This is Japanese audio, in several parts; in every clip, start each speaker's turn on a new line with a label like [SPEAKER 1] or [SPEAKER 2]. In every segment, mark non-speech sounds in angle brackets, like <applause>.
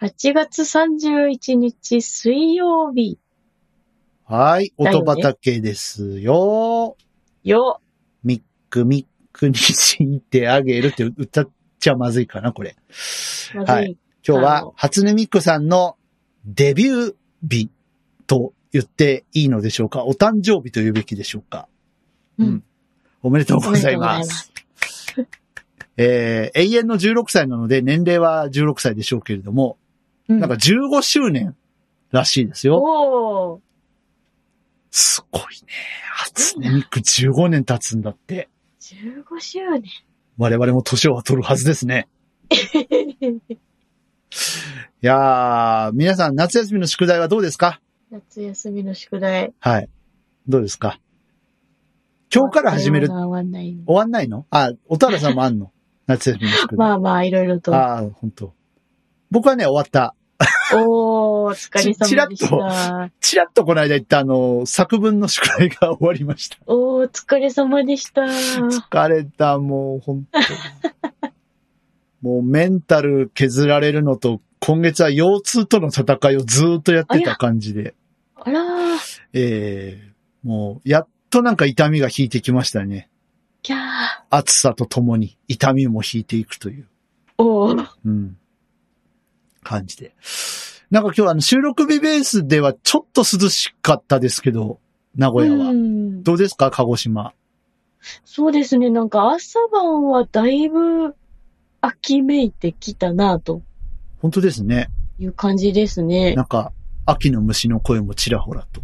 [SPEAKER 1] 8月31日水曜日
[SPEAKER 2] はい。
[SPEAKER 1] だよ
[SPEAKER 2] 音
[SPEAKER 1] ね
[SPEAKER 2] 畑ですよ。
[SPEAKER 1] よ。
[SPEAKER 2] ミックミックにしてあげるって歌っちゃまずいかな、これ。
[SPEAKER 1] まず
[SPEAKER 2] はいい。今日
[SPEAKER 1] あ
[SPEAKER 2] は
[SPEAKER 1] の、
[SPEAKER 2] 初音ミックさんのデビュー日と言っていいのでしょうかお誕生日と言うべきでしょうか
[SPEAKER 1] うん
[SPEAKER 2] うんおめでとうございま。
[SPEAKER 1] おめでとうございます
[SPEAKER 2] えー、永遠の16歳なので、年齢は16歳でしょうけれども、
[SPEAKER 1] な
[SPEAKER 2] なんか、15周年らしいですよ。
[SPEAKER 1] おー
[SPEAKER 2] すごいね。初音ミック15年経つんだって。
[SPEAKER 1] 15周年。
[SPEAKER 2] 我々も年を取るはずですね。いやー、皆さん夏休みの宿題はどうですか
[SPEAKER 1] <laughs> 夏休みの宿題。
[SPEAKER 2] はい。どうですか今日から始める。
[SPEAKER 1] 終
[SPEAKER 2] 終
[SPEAKER 1] わんない。
[SPEAKER 2] わんないのあ、おたらさんもあ
[SPEAKER 1] <laughs>
[SPEAKER 2] んの夏休みの宿題。
[SPEAKER 1] まあまあ、いろいろと。
[SPEAKER 2] ああー、本当。僕はね、終わった。
[SPEAKER 1] おー、お疲れ
[SPEAKER 2] ちち
[SPEAKER 1] 様
[SPEAKER 2] らっと
[SPEAKER 1] でした。
[SPEAKER 2] ちらっとこの間言ったあの、作文の宿題が終わりました。
[SPEAKER 1] おー、お疲れ様でした。
[SPEAKER 2] 疲れた、もう、本当にもう、メンタル削られるのと、今月は腰痛との戦いをずーっとやってた感じで、
[SPEAKER 1] あらー、
[SPEAKER 2] ええもう、やっとなんか痛みが引いてきましたね。
[SPEAKER 1] キャー。
[SPEAKER 2] 暑さとともに痛みも引いていくという、
[SPEAKER 1] おー、
[SPEAKER 2] うん、感じで。なんか今日あの、収録日ベースではちょっと涼しかったですけど、名古屋は。
[SPEAKER 1] うん
[SPEAKER 2] どうですか、鹿児島。
[SPEAKER 1] そうですね、なんか朝晩はだいぶ秋めいてきたなと
[SPEAKER 2] 本当ですね。
[SPEAKER 1] いう感じですね。
[SPEAKER 2] なんか、秋の虫の声もちらほらと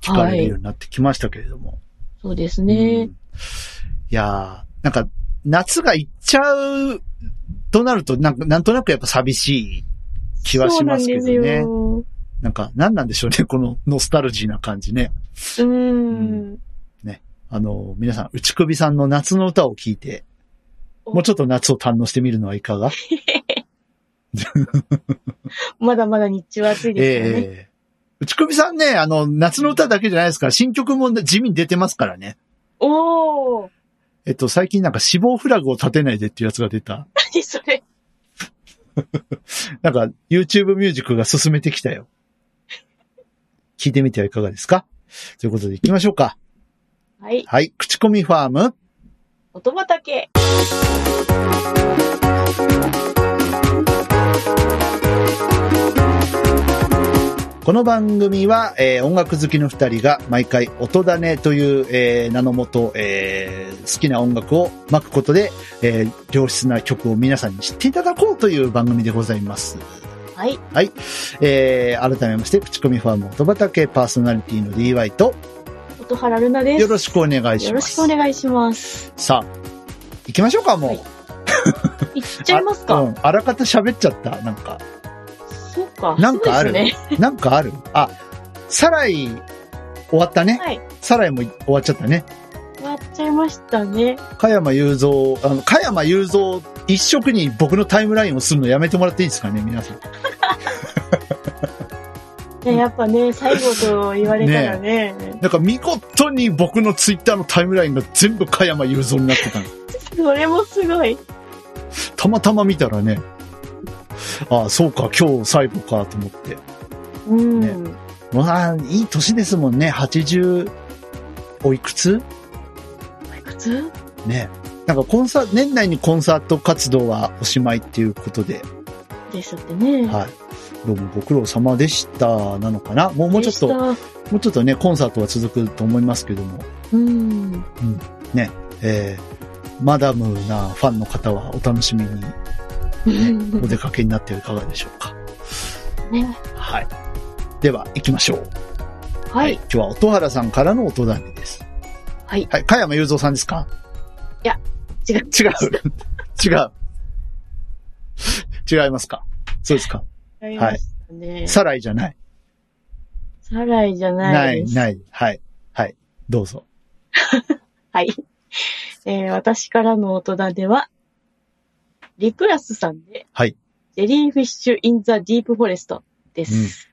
[SPEAKER 2] 聞かれるようになってきましたけれども。
[SPEAKER 1] そうです
[SPEAKER 2] うん
[SPEAKER 1] ね
[SPEAKER 2] い。やー、なんか、夏が行っちゃうとなると、なんか、なんとなくやっぱ寂しい気はしますけどね
[SPEAKER 1] そうなんですよ。
[SPEAKER 2] なんか、何なんでしょうね、このノスタルジーな感じね。
[SPEAKER 1] うー。
[SPEAKER 2] うんあの、皆さん、内首さんの夏の歌を聴いて、
[SPEAKER 1] お
[SPEAKER 2] もうちょっと夏を堪能してみるのはいかが
[SPEAKER 1] まだまだ日中は暑いですからね。
[SPEAKER 2] ええ内首さんね、あの、夏の歌だけじゃないですから、新曲も地味に出てますからね。
[SPEAKER 1] おー
[SPEAKER 2] えっと、最近なんか死亡フラグを立てないでっていうやつが出た。
[SPEAKER 1] 何それ
[SPEAKER 2] なんか、YouTube ミュージックが進めてきたよ。聞いてみてはいかがですかということで行きましょうか。
[SPEAKER 1] はい、
[SPEAKER 2] はい。口コミファーム。
[SPEAKER 1] 音畑。
[SPEAKER 2] この番組は、えー音楽好きの二人が毎回音種という、えー名のもと、えー好きな音楽を巻くことで、えー良質な曲を皆さんに知っていただこうという番組でございます。
[SPEAKER 1] はい、
[SPEAKER 2] えー改めまして、口コミファーム音畑パーソナリティの DY と、
[SPEAKER 1] 音原ルナです。
[SPEAKER 2] よろしくお願いします。
[SPEAKER 1] よろしくお願いします。
[SPEAKER 2] さあ、行きましょうか、もう。
[SPEAKER 1] はいいっちゃいます
[SPEAKER 2] あ
[SPEAKER 1] か
[SPEAKER 2] うん。あらかた喋っちゃった。なんか、
[SPEAKER 1] そうか。
[SPEAKER 2] なんかある
[SPEAKER 1] そうですね。
[SPEAKER 2] なんかあるあ、サライ、終わったね。
[SPEAKER 1] はい。
[SPEAKER 2] サライも終わっちゃったね。
[SPEAKER 1] 終わっちゃいましたね。
[SPEAKER 2] 加山雄三、あの、加山雄三一色に僕のタイムラインをするのやめてもらっていいですかね、皆さん。
[SPEAKER 1] ねやっぱね、最後と言われたらね。
[SPEAKER 2] なんか見事に僕のツイッターのタイムラインが全部加山雄三になってたの。
[SPEAKER 1] それもすごい。
[SPEAKER 2] たまたま見たらね、ああ、そうか、今日最後かと思って。
[SPEAKER 1] うん。
[SPEAKER 2] ねまあ、いい年ですもんね、80、おいくつ
[SPEAKER 1] いくつ
[SPEAKER 2] ね。なんかコンサート、年内にコンサート活動はおしまいっていうことで、
[SPEAKER 1] ですってね。
[SPEAKER 2] はい。どうもご苦労様でしたなのかなもう、もうちょっと、も
[SPEAKER 1] と。
[SPEAKER 2] うちょっとね、コンサートは続くと思いますけども、
[SPEAKER 1] うん。
[SPEAKER 2] えー、マダムなファンの方はお楽しみにお出かけになってはいかがでしょうか。
[SPEAKER 1] ね。
[SPEAKER 2] はい。では、行きましょう。
[SPEAKER 1] は
[SPEAKER 2] 今
[SPEAKER 1] い。
[SPEAKER 2] 日は音原さんからの音種です。
[SPEAKER 1] はい
[SPEAKER 2] はい。加山雄三さんですか
[SPEAKER 1] 違う。
[SPEAKER 2] 違う。 <laughs> 違う。 <laughs> 違いますかそうですか
[SPEAKER 1] 違いましたね。
[SPEAKER 2] サライじゃない。
[SPEAKER 1] サライじゃな
[SPEAKER 2] ないい、
[SPEAKER 1] です。
[SPEAKER 2] ない。はい。はい。どうぞ。
[SPEAKER 1] はい。えー私からの音だでは、リクラスさんで、
[SPEAKER 2] はい。
[SPEAKER 1] ジェリーフィッシュ・イン・ザ・ディープ・フォレストです。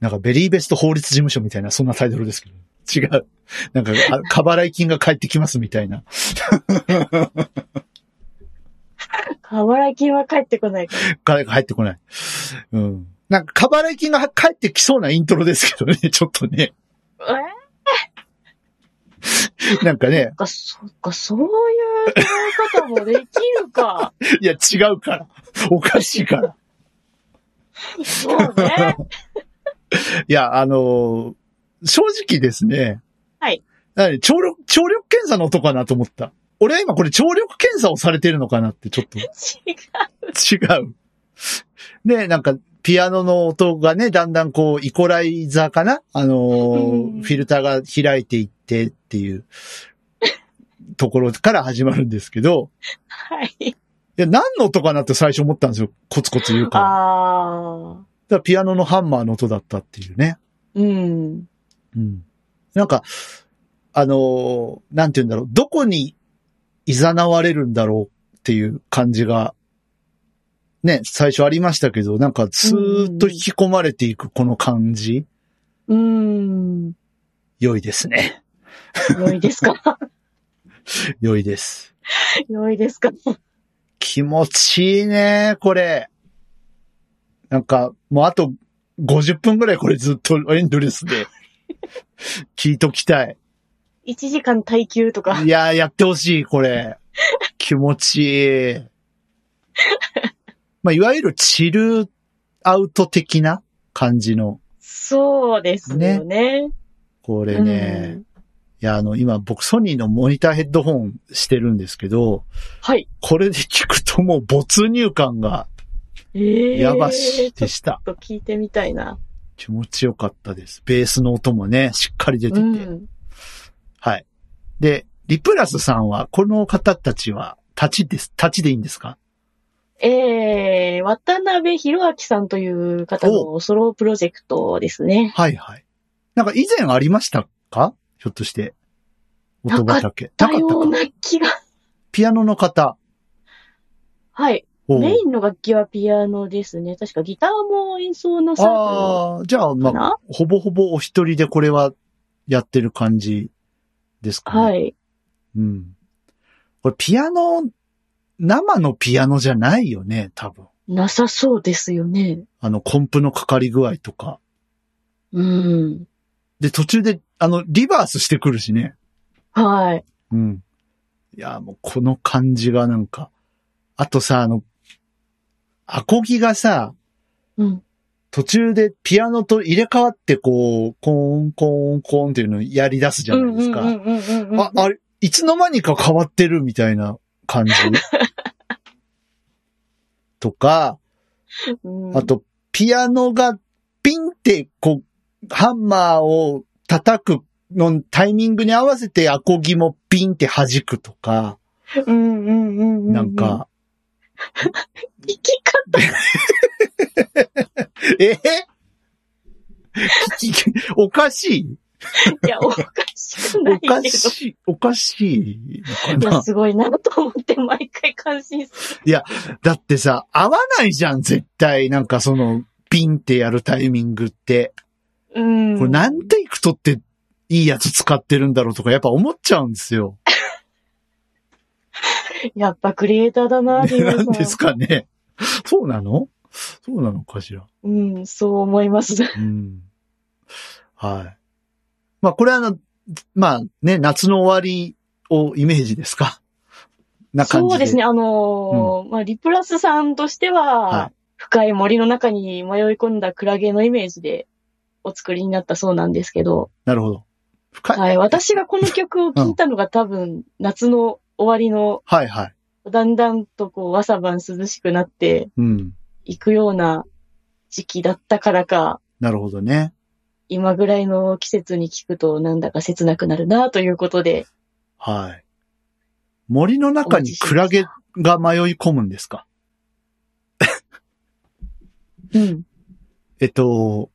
[SPEAKER 2] なんか、ベリーベスト法律事務所みたいな、そんなタイトルですけど。違う。なんか、あ過払い金が返ってきますみたいな。
[SPEAKER 1] 過過払い金は返ってこないから。
[SPEAKER 2] 金が入ってこない。うん。なんか、過払い金が返ってきそうなイントロですけどね、ちょっとね。
[SPEAKER 1] えー
[SPEAKER 2] なんかね
[SPEAKER 1] そっ、か、そっか、そういう捉え方もできる
[SPEAKER 2] <laughs>
[SPEAKER 1] か。
[SPEAKER 2] いや、違うから。おかしいから。
[SPEAKER 1] そうね。
[SPEAKER 2] いや、あのー正直ですね。
[SPEAKER 1] はい。
[SPEAKER 2] なに聴力、聴力検査の音かなと思った。俺は今これ聴力検査をされてるのかなってちょっと <laughs>
[SPEAKER 1] 違
[SPEAKER 2] 違う。ねなんか、ピアノの音がね、だんだんこう、イコライザーかなあのー
[SPEAKER 1] うん
[SPEAKER 2] フィルターが開いていってっていうところから始まるんですけど、
[SPEAKER 1] はい。
[SPEAKER 2] いや、何の音かなって最初思ったんですよ。コツコツ言うから。だか
[SPEAKER 1] あ
[SPEAKER 2] らピアノのハンマーの音だったっていうね。
[SPEAKER 1] ー。うん。
[SPEAKER 2] うん。なんか、あのーなんて言うんだろう、どこに誘われるんだろうっていう感じが、ね、最初ありましたけど、なんかスーッと引き込まれていくこの感じ、
[SPEAKER 1] うん。
[SPEAKER 2] 良いですね。
[SPEAKER 1] 良いですか <laughs>
[SPEAKER 2] 良いです。
[SPEAKER 1] 良いですか
[SPEAKER 2] 気持ちいいね、これ。なんか、もうあと50分ぐらいこれずっとエンドレス <laughs> で聞いときたい。
[SPEAKER 1] ?1 時間耐久とか。
[SPEAKER 2] いやー、やってほしい、
[SPEAKER 1] <laughs>
[SPEAKER 2] これ。気持ちいい。まあ、いわゆるチルアウト的な感じの、
[SPEAKER 1] そうですよね。
[SPEAKER 2] これ
[SPEAKER 1] う
[SPEAKER 2] ね。
[SPEAKER 1] ん
[SPEAKER 2] いや、あの、今僕ソニーのモニターヘッドホンしてるんですけど、
[SPEAKER 1] はい。
[SPEAKER 2] これで聞くともう没入感が
[SPEAKER 1] えー、
[SPEAKER 2] やば
[SPEAKER 1] ち
[SPEAKER 2] し
[SPEAKER 1] ょ
[SPEAKER 2] で
[SPEAKER 1] っ
[SPEAKER 2] した。
[SPEAKER 1] と聞いてみたいな。
[SPEAKER 2] 気持ちよかったです。ベースの音もね、しっかり出て
[SPEAKER 1] う
[SPEAKER 2] て。
[SPEAKER 1] ん。
[SPEAKER 2] はい。で、リプラスさんは、この方たちは、立ちです。立ちでいいんですか
[SPEAKER 1] えー、渡辺博明さんという方のソロプロジェクトですね。
[SPEAKER 2] はいはい。なんか以前ありましたかひょっとして。音畑。
[SPEAKER 1] 多
[SPEAKER 2] なかっ
[SPEAKER 1] 様
[SPEAKER 2] たか。
[SPEAKER 1] な気が。
[SPEAKER 2] ピアノの方。
[SPEAKER 1] はい。
[SPEAKER 2] おう
[SPEAKER 1] メインの楽器はピアノですね。確かギターも演奏なさる
[SPEAKER 2] ああ、じゃあ、
[SPEAKER 1] のか
[SPEAKER 2] まあ、
[SPEAKER 1] な、
[SPEAKER 2] ほぼほぼお一人でこれはやってる感じですかね。。
[SPEAKER 1] はいい。
[SPEAKER 2] うん。これピアノ、生のピアノじゃないよね、多分。
[SPEAKER 1] なさそうですよね。
[SPEAKER 2] あの、コンプのかかり具合とか。
[SPEAKER 1] うん。
[SPEAKER 2] で、途中で、あの、リバースしてくるしね。
[SPEAKER 1] はい。
[SPEAKER 2] うん。いや、もうこの感じがなんか。あとさ、あの、アコギがさ、
[SPEAKER 1] うん。
[SPEAKER 2] 途中でピアノと入れ替わってこう、コーン、コーン、コーンっていうのをやり出すじゃないですか。
[SPEAKER 1] うんうんうんうんうんうん
[SPEAKER 2] あ、あれ、いつの間にか変わってるみたいな感じ。 <laughs> とか、
[SPEAKER 1] うん
[SPEAKER 2] あと、ピアノがピンって、こう、ハンマーを叩くのタイミングに合わせてアコギもピンって弾くとか、
[SPEAKER 1] うんうんうんうん。
[SPEAKER 2] なん。か、
[SPEAKER 1] 生き方
[SPEAKER 2] え <laughs> 聞きおかしい
[SPEAKER 1] いや、おかしくな
[SPEAKER 2] お
[SPEAKER 1] いけど。
[SPEAKER 2] かしいおかしいの
[SPEAKER 1] い
[SPEAKER 2] か
[SPEAKER 1] や、
[SPEAKER 2] な
[SPEAKER 1] すごいなと思って毎回感心す
[SPEAKER 2] だってさ、合わないじゃん、絶対。なんかその、ピンってやるタイミングって。
[SPEAKER 1] る。うん。
[SPEAKER 2] これなんでいくとっていいやつ使ってるんだろうとか、やっぱ思っちゃうんですよ。
[SPEAKER 1] やっぱクリエイターだな、ディ
[SPEAKER 2] <laughs> な
[SPEAKER 1] さ
[SPEAKER 2] ん
[SPEAKER 1] ん。
[SPEAKER 2] ですかね。そうなのそうなのかしら。
[SPEAKER 1] うん、そう思います。
[SPEAKER 2] うん。はい。まあ、これはあの、まあね、夏の終わりをイメージですかな感じで。
[SPEAKER 1] そうですね、。あのーまあ、リプラスさんとしては、
[SPEAKER 2] はい
[SPEAKER 1] 深い森の中に迷い込んだクラゲのイメージでお作りになったそうなんですけど、
[SPEAKER 2] なるほど。深い。
[SPEAKER 1] はい、私がこの曲を聴いたのが多分、夏の終わりの、
[SPEAKER 2] はいはい。
[SPEAKER 1] だんだんとこう、朝晩涼しくなって
[SPEAKER 2] うん。
[SPEAKER 1] いくような時期だったからか、
[SPEAKER 2] なるほどね。
[SPEAKER 1] 今ぐらいの季節に聴くとなんだか切なくなるなということで。
[SPEAKER 2] はい。森の中にクラゲが迷い込むんですか
[SPEAKER 1] うん。
[SPEAKER 2] えっと、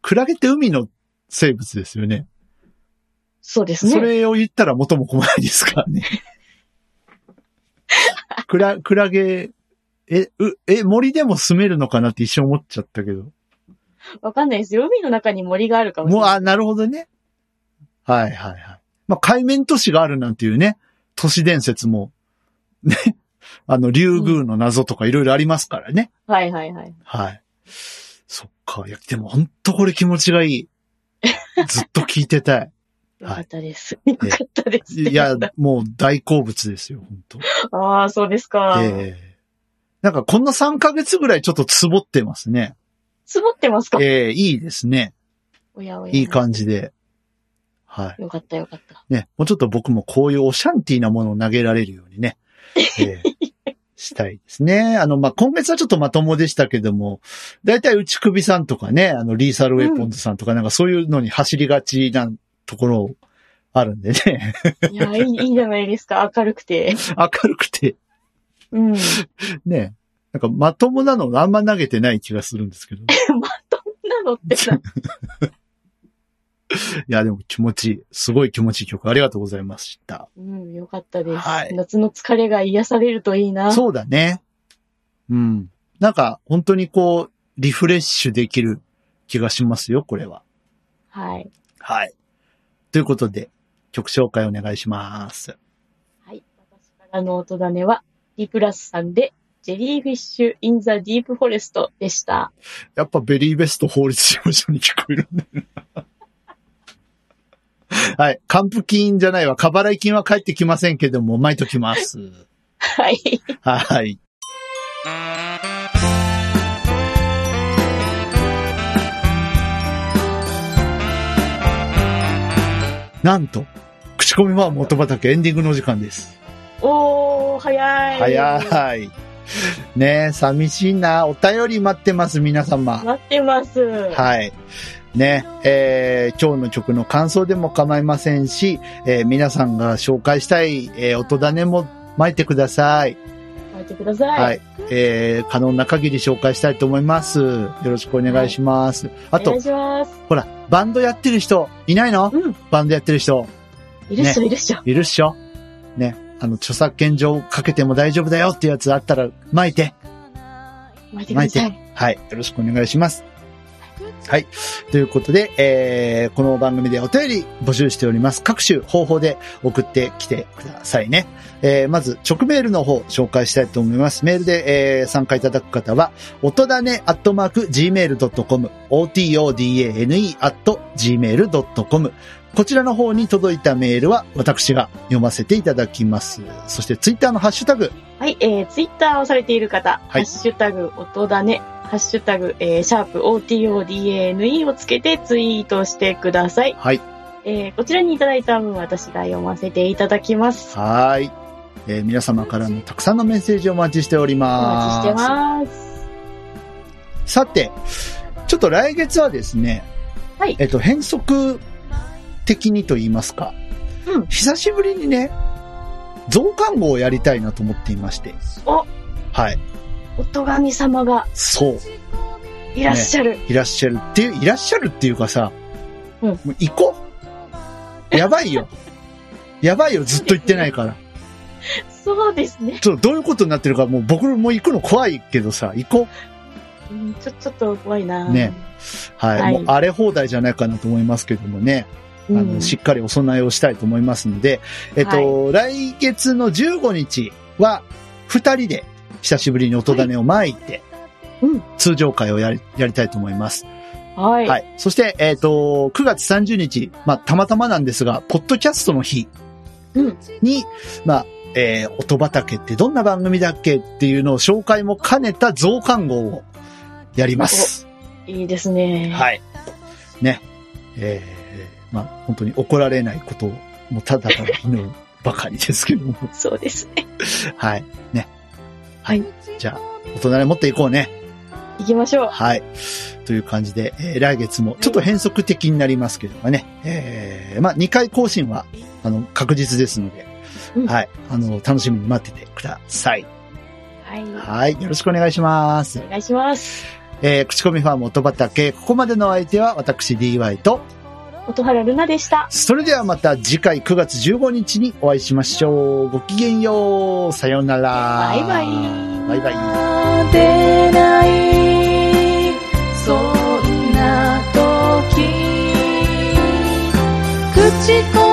[SPEAKER 2] クラゲって海の生物ですよね。
[SPEAKER 1] そうですね。
[SPEAKER 2] それを言ったら元も子もないですから <laughs> ね。クラ、クラゲ、え、う、え、森でも住めるのかなって一瞬思っちゃったけど。
[SPEAKER 1] わかんないですよ。海の中に森があるかもしれ
[SPEAKER 2] もう、
[SPEAKER 1] ない。
[SPEAKER 2] あ、なるほどね。はいはいはい。まあ、海面都市があるなんていうね、都市伝説も、ね、 <laughs> あの、竜宮の謎とかいろいろありますからね。
[SPEAKER 1] はいはいはい。
[SPEAKER 2] はい。そっか。いや、でも本当これ気持ちがいい。ずっと聞いてたい。
[SPEAKER 1] よかったです。よかったです。
[SPEAKER 2] いや、もう大好物ですよ、本
[SPEAKER 1] <laughs>
[SPEAKER 2] 当
[SPEAKER 1] ああ、そうですか。
[SPEAKER 2] ええなんかこの3ヶ月ぐらいちょっとつぼってますね。
[SPEAKER 1] 積もってますか
[SPEAKER 2] ええいいですね。
[SPEAKER 1] おやおや。
[SPEAKER 2] いい感じで。はい。
[SPEAKER 1] よかったよかった。
[SPEAKER 2] ね、もうちょっと僕もこういうオシャンティーなものを投げられるようにね、えーしたいですね。あの、まあ、今月はちょっとまともでしたけども、だいたい内首さんとかね、あの、リーサルウェポンズさんとかなんかそういうのに走りがちなところあるんでね、 <laughs>
[SPEAKER 1] いや、いい、いいじゃないですか。明るくて。
[SPEAKER 2] 明るくて、
[SPEAKER 1] うん。
[SPEAKER 2] ね、なんかまともなのあんま投げてない気がするんですけど、い
[SPEAKER 1] なのってな。
[SPEAKER 2] や、でも気持ちいい、すごい気持ちいい曲ありがとうございました。
[SPEAKER 1] うん、よかったです。
[SPEAKER 2] はい
[SPEAKER 1] 夏の疲れが癒されるといいな。
[SPEAKER 2] そうだね。うん。なんか、本当にこう、リフレッシュできる気がしますよ、これは。
[SPEAKER 1] はい。
[SPEAKER 2] はい。ということで、曲紹介お願いします。
[SPEAKER 1] はい。私からの音種は、リプラスさんで、ジェリーフィッシュ・イン・ザ・ディープ・フォレストでした。
[SPEAKER 2] やっぱベリーベスト法律事務所に聞こえるんだよな。 <laughs> はい。還付金じゃないわ。過払い金は返ってきませんけども、巻いときます。
[SPEAKER 1] はい。
[SPEAKER 2] はい。なんと、口コミは元畑エンディングのお時間です。
[SPEAKER 1] おー、早い。
[SPEAKER 2] 早い。ねえ、寂しいな。お便り待ってます、皆様。
[SPEAKER 1] 待ってます。
[SPEAKER 2] はい。ね、えー今日の曲の感想でも構いませんし、えー皆さんが紹介したい、えー音種も巻いてください。
[SPEAKER 1] 待ってください。
[SPEAKER 2] はい。えー可能な限り紹介したいと思います。よろしくお願いします。あ
[SPEAKER 1] お
[SPEAKER 2] と
[SPEAKER 1] 願い、します。
[SPEAKER 2] ほら、バンドやってる人、いないの
[SPEAKER 1] うん。
[SPEAKER 2] バンドやってる人、
[SPEAKER 1] いるっしょ、いるっしょ。
[SPEAKER 2] いるっしょね、あの、著作権上かけても大丈夫だよってやつあったら巻いて。
[SPEAKER 1] 巻いてくださ
[SPEAKER 2] 巻
[SPEAKER 1] い。
[SPEAKER 2] はい。よろしくお願いします。はい。ということで、えー、この番組でお便り募集しております。各種方法で送ってきてくださいね。えー、まず、直メールの方紹介したいと思います。メールで、えー、参加いただく方は、音だねアットマーク gmail.com、otodane アット gmail.com。こちらの方に届いたメールは私が読ませていただきます。そして、ツイッターのハッシュタグ、
[SPEAKER 1] はい、えー、ツイッターをされている方、
[SPEAKER 2] はい
[SPEAKER 1] ハッシュタグ、音だね、ハッシュタグ、えー、シャープ OTODANE をつけてツイートしてください。
[SPEAKER 2] はい。
[SPEAKER 1] えー、こちらにいただいた分、私が読ませていただきます。
[SPEAKER 2] はい、えー皆様からのたくさんのメッセージをお待ちしており
[SPEAKER 1] お
[SPEAKER 2] ます。
[SPEAKER 1] 待ちしてます。
[SPEAKER 2] さて、ちょっと来月はですね、
[SPEAKER 1] はい
[SPEAKER 2] えっと、変則的にと言いますか、
[SPEAKER 1] うん
[SPEAKER 2] 久しぶりにね、増刊号をやりたいなと思っていまして。
[SPEAKER 1] お
[SPEAKER 2] はい。
[SPEAKER 1] 音神様が
[SPEAKER 2] そう。
[SPEAKER 1] いらっしゃる。
[SPEAKER 2] いらっしゃるっていう、いらっしゃるっていうかさ、
[SPEAKER 1] うん
[SPEAKER 2] もう行こう。やばいよ。やばいよ、ずっと行ってないから。
[SPEAKER 1] そうですね。
[SPEAKER 2] ちょっとどういうことになってるか、もう僕も行くの怖いけどさ、行こう。
[SPEAKER 1] うん、ちょ、ちょっと怖いな
[SPEAKER 2] ね。はい。
[SPEAKER 1] はい
[SPEAKER 2] もう荒れ放題じゃないかなと思いますけどもね。
[SPEAKER 1] う
[SPEAKER 2] あの、
[SPEAKER 1] ん、
[SPEAKER 2] しっかりお供えをしたいと思いますので、えっと、来月の15日は、二人で久しぶりに音種を巻いて、
[SPEAKER 1] うん
[SPEAKER 2] 通常会をやり、やりたいと思います。
[SPEAKER 1] は。
[SPEAKER 2] はいい。そして、えっと、9月30日、まあ、たまたまなんですが、ポッドキャストの日
[SPEAKER 1] うん。
[SPEAKER 2] に、まあ、えー音畑ってどんな番組だっけっていうのを紹介も兼ねた増刊号をやります。
[SPEAKER 1] いいですね。
[SPEAKER 2] はい。ね。えー、まあ、本当に怒られないことを、もうただただ祈るばかりですけども。 <laughs>
[SPEAKER 1] そうですね。
[SPEAKER 2] はい。
[SPEAKER 1] はい。
[SPEAKER 2] じゃあ、大人に持っていこうね。
[SPEAKER 1] 行きましょう。
[SPEAKER 2] はい。という感じで、えー来月もちょっと変則的になりますけどもね。えー、まあ、2回更新は、あの、確実ですので、
[SPEAKER 1] うん
[SPEAKER 2] はい。あの、楽しみに待っててください。
[SPEAKER 1] はい。
[SPEAKER 2] はい。よろしくお願いします
[SPEAKER 1] お。願いします。
[SPEAKER 2] えー、口コミファーム音畑、ここまでのお相手は私 DY と、
[SPEAKER 1] 音原ルナでした。
[SPEAKER 2] それではまた次回9月15日にお会いしましょう。ごきげんよう。さようなら。
[SPEAKER 1] バイバイ。
[SPEAKER 2] バイバイ。
[SPEAKER 3] 出ないそんな時口コ